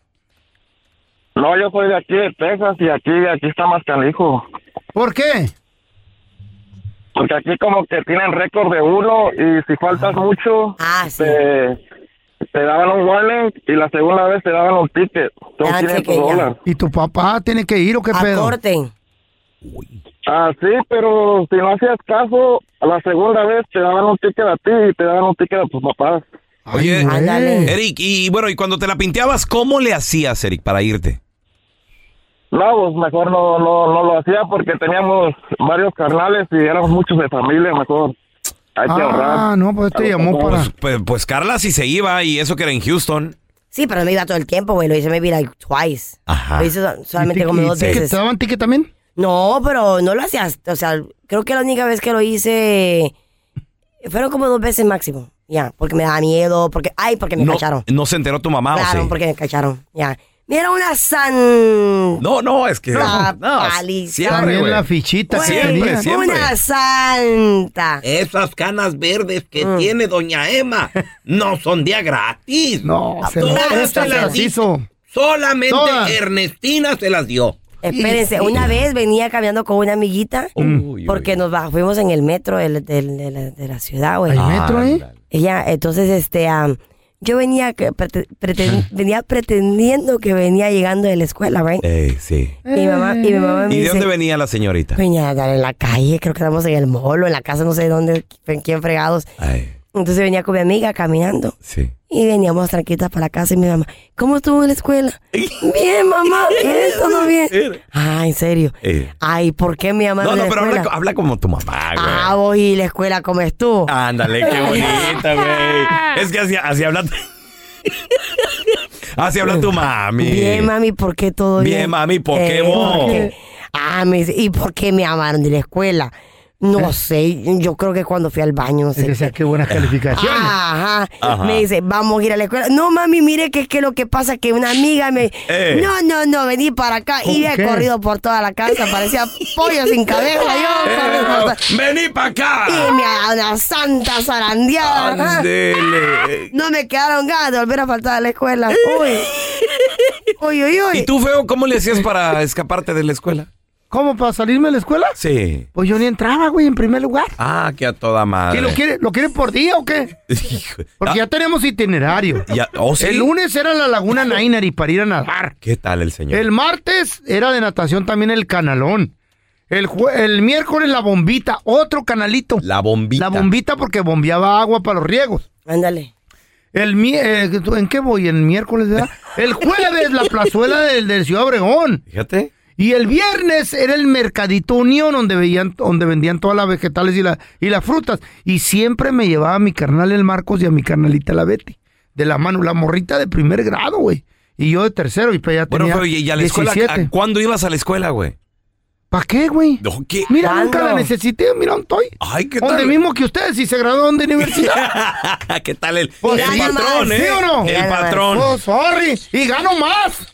S21: No, yo soy de aquí de Texas y aquí, aquí está más canijo.
S1: ¿Por qué?
S21: Porque aquí como que tienen récord de uno y si
S1: Ah.
S21: faltas mucho, te, te daban un warning y la segunda vez te daban un ticket. Son 500 dólares.
S1: ¿Y tu papá tiene que ir o qué pedo?
S21: Ah, sí, pero si no hacías caso, a la segunda vez te daban un ticket a ti y te daban un ticket a tus papás.
S1: Ah,
S4: Oye, Eric, y bueno, y cuando te la pinteabas, ¿cómo le hacías, Eric, para irte?
S21: No, pues mejor no, no, no lo hacía porque teníamos varios carnales y éramos muchos de familia, mejor. Hay que
S1: Ah,
S21: ahorrar.
S1: no, pues te llamó para.
S4: Pues, pues- pues Carla sí se iba y eso que era en Houston.
S3: Sí, pero no iba todo el tiempo, güey. Lo hice maybe like twice.
S4: Ajá.
S3: Lo hice so- solamente
S1: ¿Y
S3: como
S1: ticket-
S3: dos
S1: ticket-
S3: veces.
S1: ¿Te daban ticket también?
S3: No, pero no lo hacías. O sea, creo que la única vez que lo hice fueron como dos veces máximo. Ya, porque me daba miedo, porque, ay, porque me
S4: no,
S3: cacharon.
S4: no se enteró tu mamá,
S3: Claro,
S4: ¿o sí?
S3: porque me cacharon. Ya. Mira una san.
S4: No, no, es que.
S3: La
S4: no,
S3: paliza.
S4: siempre, güey.
S1: fichita
S4: Siempre, siempre.
S3: Una santa. Mm.
S22: Esas canas verdes que tiene doña Emma no son día gratis.
S1: No,
S22: A
S1: se
S22: todas
S1: las- se
S22: las
S1: las
S22: di-
S1: hizo.
S22: Solamente
S1: Todas.
S22: Ernestina se las dio.
S3: Espérense, una vez venía caminando con una amiguita porque nos baj- fuimos en el metro del- del- de, la, de la ciudad, güey.
S22: ¿Hay
S4: Ah,
S22: metro ahí?
S3: Ella, entonces, este, am, yo venía, que prete- preten- venía pretendiendo que venía llegando de la escuela, right?
S4: Eh, sí.
S3: Y mi mamá,
S4: Eh.
S3: y mi mamá me
S4: ¿Y de
S3: dice,
S4: dónde venía la señorita?
S3: venía a dar en la calle, creo que estamos en el molo, en la casa, no sé dónde, en quién fregados. Entonces venía con mi amiga caminando.
S4: Sí.
S3: Y veníamos tranquilas para la casa y mi mamá, ¿cómo estuvo en la escuela? bien, mamá, bien, todo bien. Ah, en serio.
S4: Eh.
S3: Ay, ¿por qué mi mamá
S4: No,
S3: de
S4: no,
S3: la
S4: pero
S3: escuela?
S4: habla, habla como tu mamá, güey.
S3: Ah, vos y la escuela cómo estuvo.
S4: Ándale, qué bonita, güey. Es que así, así habla. así habla tu mami.
S3: Bien, mami, ¿por qué todo bien? Eh,
S4: Bien, mami, ¿por qué vos?
S3: Ah, me dice, ¿y por qué me amaron de la escuela? No
S4: ¿Eh?
S3: sé, yo creo que cuando fui al baño, no sé.
S1: Que sea, qué
S4: Ah.
S1: buenas calificaciones.
S3: Ajá.
S1: Ajá.
S3: Me dice, vamos a ir a la escuela. No, mami, mire que es que lo que pasa es que una amiga me...
S1: Eh.
S3: No, no, no, vení para acá.
S1: ¿Con
S3: Y he
S1: qué?
S3: corrido por toda la casa, parecía pollo sin cabeza. Yo, corriendo por toda-
S4: Eh, ¡Vení para acá!
S3: y me a una santa zarandeada. ajá.
S4: Ándele.
S3: No me quedaron ganas de volver a faltar a la escuela. Uy. Uy, uy, uy.
S4: ¿Y tú, feo, cómo le hacías para escaparte de la escuela?
S1: ¿Cómo para salirme de la escuela?
S4: Sí.
S1: Pues yo ni entraba, güey, en primer lugar.
S4: Ah, que a toda madre.
S1: ¿Y lo quiere, lo quiere por día o qué? Porque ya tenemos itinerario.
S4: Ya- Ah. oh, sí.
S1: El lunes era la Laguna Nainari para ir a nadar.
S4: ¿Qué tal el señor?
S1: El martes era de natación también el canalón. El, jue- el miércoles la bombita, otro canalito.
S4: La bombita.
S1: La bombita porque bombeaba agua para los riegos.
S3: Ándale.
S1: El mi- eh, ¿En qué voy? El miércoles, ¿verdad? El jueves la plazuela del, del Ciudad Obregón.
S4: Fíjate.
S1: Y el viernes era el mercadito Unión donde veían, donde vendían todas las vegetales y, la- y las frutas. Y siempre me llevaba a mi carnal el Marcos y a mi carnalita la Betty. De la mano, la morrita de primer grado, güey. Y yo de tercero, y pues ya
S4: Bueno,
S1: tenía
S4: pero ¿y, y a la escuela?
S1: 17.
S4: ¿a- ¿Cuándo ibas a la escuela, güey?
S1: ¿Para qué, güey?
S4: No, ¿qué?
S1: Mira, nunca la necesité, mira dónde estoy.
S4: Ay, ¿qué
S1: Donde
S4: tal?
S1: mismo que ustedes, si se graduaron de universidad.
S4: ¿Qué tal el,
S1: Pues
S4: el
S1: sí,
S4: patrón,
S1: ¿sí
S4: eh?
S1: o no?
S4: El patrón.
S1: Oh, sorry. Y gano más.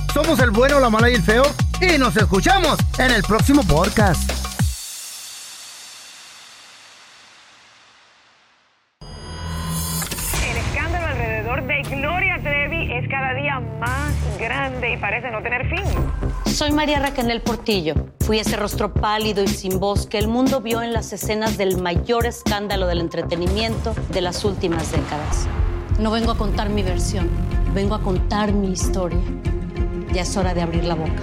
S1: Somos el bueno, la mala y el feo. Y nos escuchamos en el próximo podcast.
S5: El escándalo alrededor de Gloria Trevi es cada día más grande y parece no tener fin.
S6: Soy María Raquel Portillo. Fui ese rostro pálido y sin voz que el mundo vio en las escenas del mayor escándalo del entretenimiento de las últimas décadas. No vengo a contar mi versión, vengo a contar mi historia. Ya es hora de abrir la boca.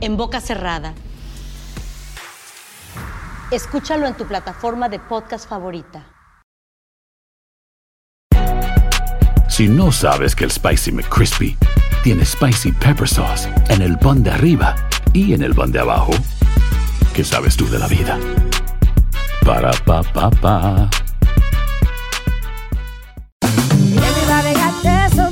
S6: En boca cerrada. Escúchalo en tu plataforma de podcast favorita.
S11: Si no sabes que el Spicy McCrispy tiene Spicy Pepper Sauce en el pan de arriba y en el pan de abajo, ¿qué sabes tú de la vida? Para, pa, pa, pa.